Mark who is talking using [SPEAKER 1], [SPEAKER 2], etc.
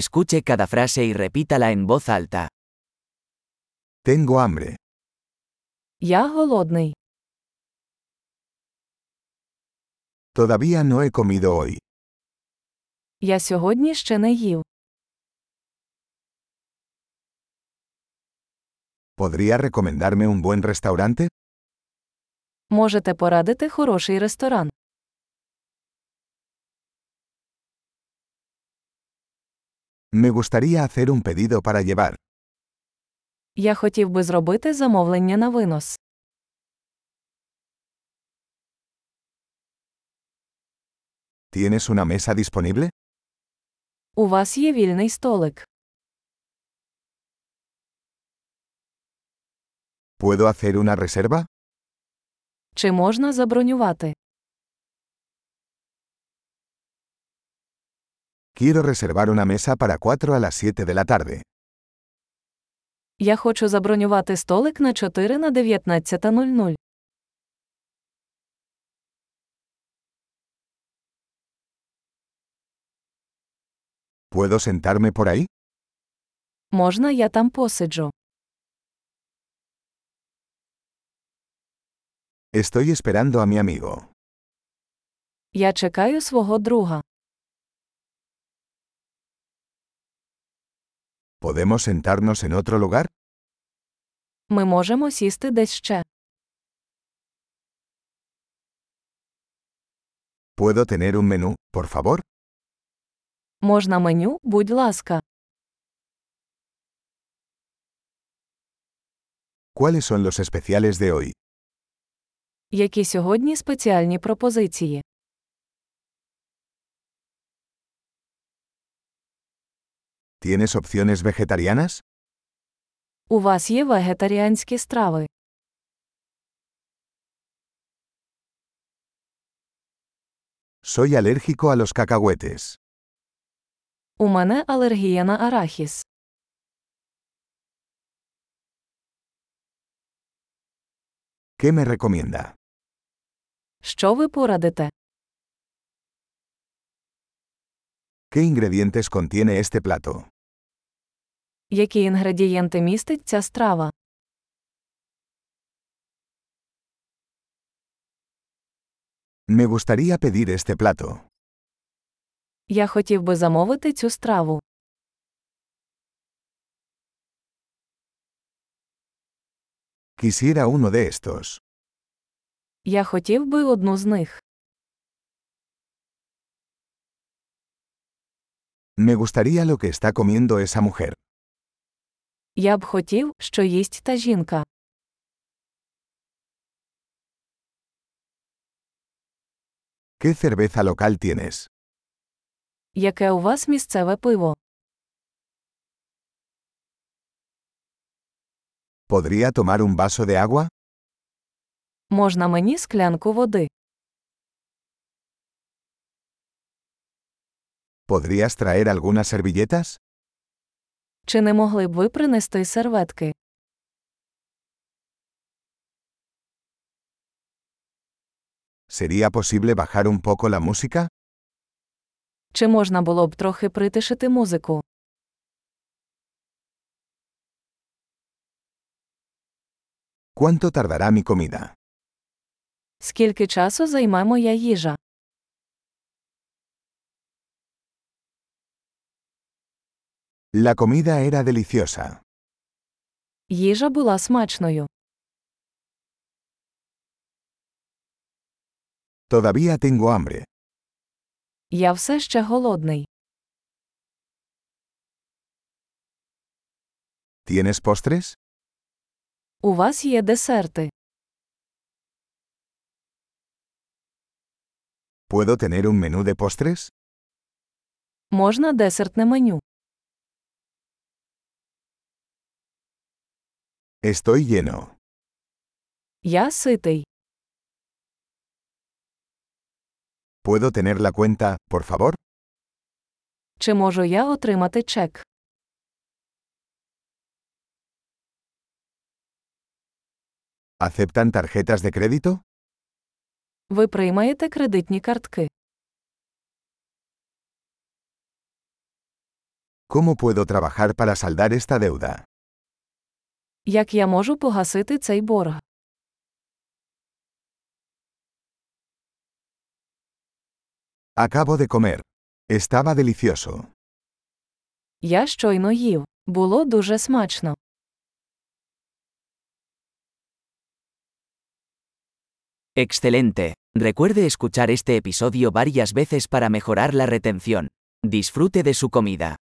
[SPEAKER 1] Escuche cada frase y repítala en voz alta.
[SPEAKER 2] Tengo hambre.
[SPEAKER 3] Я голодний.
[SPEAKER 2] Todavía no he comido hoy.
[SPEAKER 3] Я сьогодні ще не їв.
[SPEAKER 2] ¿Podría recomendarme un buen restaurante?
[SPEAKER 3] Можете порадити хороший ресторан.
[SPEAKER 2] Me gustaría hacer un pedido para llevar.
[SPEAKER 3] Я хотів би зробити замовлення на винос.
[SPEAKER 2] ¿Tienes una mesa disponible?
[SPEAKER 3] У вас є вільний столик.
[SPEAKER 2] ¿Puedo hacer una reserva?
[SPEAKER 3] Чи можна забронювати?
[SPEAKER 2] Quiero reservar una mesa para 4 a las 7 de la tarde.
[SPEAKER 3] Я хочу забронювати столик на 4 на 19.00.
[SPEAKER 2] ¿Puedo sentarme por ahí?
[SPEAKER 3] Можна я там посиджу?
[SPEAKER 2] Estoy esperando a mi amigo.
[SPEAKER 3] Я чекаю свого друга.
[SPEAKER 2] ¿Podemos sentarnos en otro lugar?
[SPEAKER 3] Ми можемо сісти десь ще.
[SPEAKER 2] ¿Puedo tener un menú, por favor?
[SPEAKER 3] Можна меню, будь ласка.
[SPEAKER 2] ¿Cuáles son los especiales de hoy?
[SPEAKER 3] Які сьогодні спеціальні пропозиції?
[SPEAKER 2] ¿Tienes opciones vegetarianas?
[SPEAKER 3] У вас є вегетаріанські страви.
[SPEAKER 2] Soy alérgico a los cacahuetes.
[SPEAKER 3] У мене алергія на арахіс.
[SPEAKER 2] ¿Qué me recomienda?
[SPEAKER 3] Що ви порадите?
[SPEAKER 2] ¿Qué ingredientes contiene este plato?
[SPEAKER 3] Які інгредієнти містить ця страва?
[SPEAKER 2] Me gustaría pedir este plato.
[SPEAKER 3] Я хотів би замовити цю страву.
[SPEAKER 2] Quisiera uno de estos.
[SPEAKER 3] Я хотів би одну з них.
[SPEAKER 2] Me gustaría lo que está comiendo esa mujer.
[SPEAKER 3] Я б хотів, що їсть та жінка.
[SPEAKER 2] ¿Qué cerveza local tienes?
[SPEAKER 3] Яке у вас місцеве пиво?
[SPEAKER 2] ¿Podría tomar un vaso de agua?
[SPEAKER 3] Можна мені склянку води?
[SPEAKER 2] ¿Podrías traer algunas servilletas?
[SPEAKER 3] Чи не могли б ви принести серветки?
[SPEAKER 2] ¿Sería posible bajar un poco la música?
[SPEAKER 3] Чи можна було б трохи притишити музику?
[SPEAKER 2] ¿Cuánto tardará mi comida?
[SPEAKER 3] Скільки часу займе моя їжа?
[SPEAKER 2] La comida era deliciosa.
[SPEAKER 3] Їжа була смачною.
[SPEAKER 2] Todavía tengo hambre.
[SPEAKER 3] Я все ще голодний.
[SPEAKER 2] ¿Tienes postres?
[SPEAKER 3] У вас є десерти.
[SPEAKER 2] ¿Puedo tener un menú de postres?
[SPEAKER 3] Можна десертне меню.
[SPEAKER 2] Estoy lleno.
[SPEAKER 3] Я ситий.
[SPEAKER 2] ¿Puedo tener la cuenta, por favor?
[SPEAKER 3] Чи можу я отримати чек?
[SPEAKER 2] ¿Aceptan tarjetas de crédito?
[SPEAKER 3] Ви приймаєте кредитні картки.
[SPEAKER 2] ¿Cómo puedo trabajar para saldar esta deuda?
[SPEAKER 3] Як я можу погасити цей борг?
[SPEAKER 2] Acabo de comer. Estaba delicioso.
[SPEAKER 3] Я щойно їв. Було дуже смачно.
[SPEAKER 1] Excelente. Recuerde escuchar este episodio varias veces para mejorar la retención. Disfrute de su comida.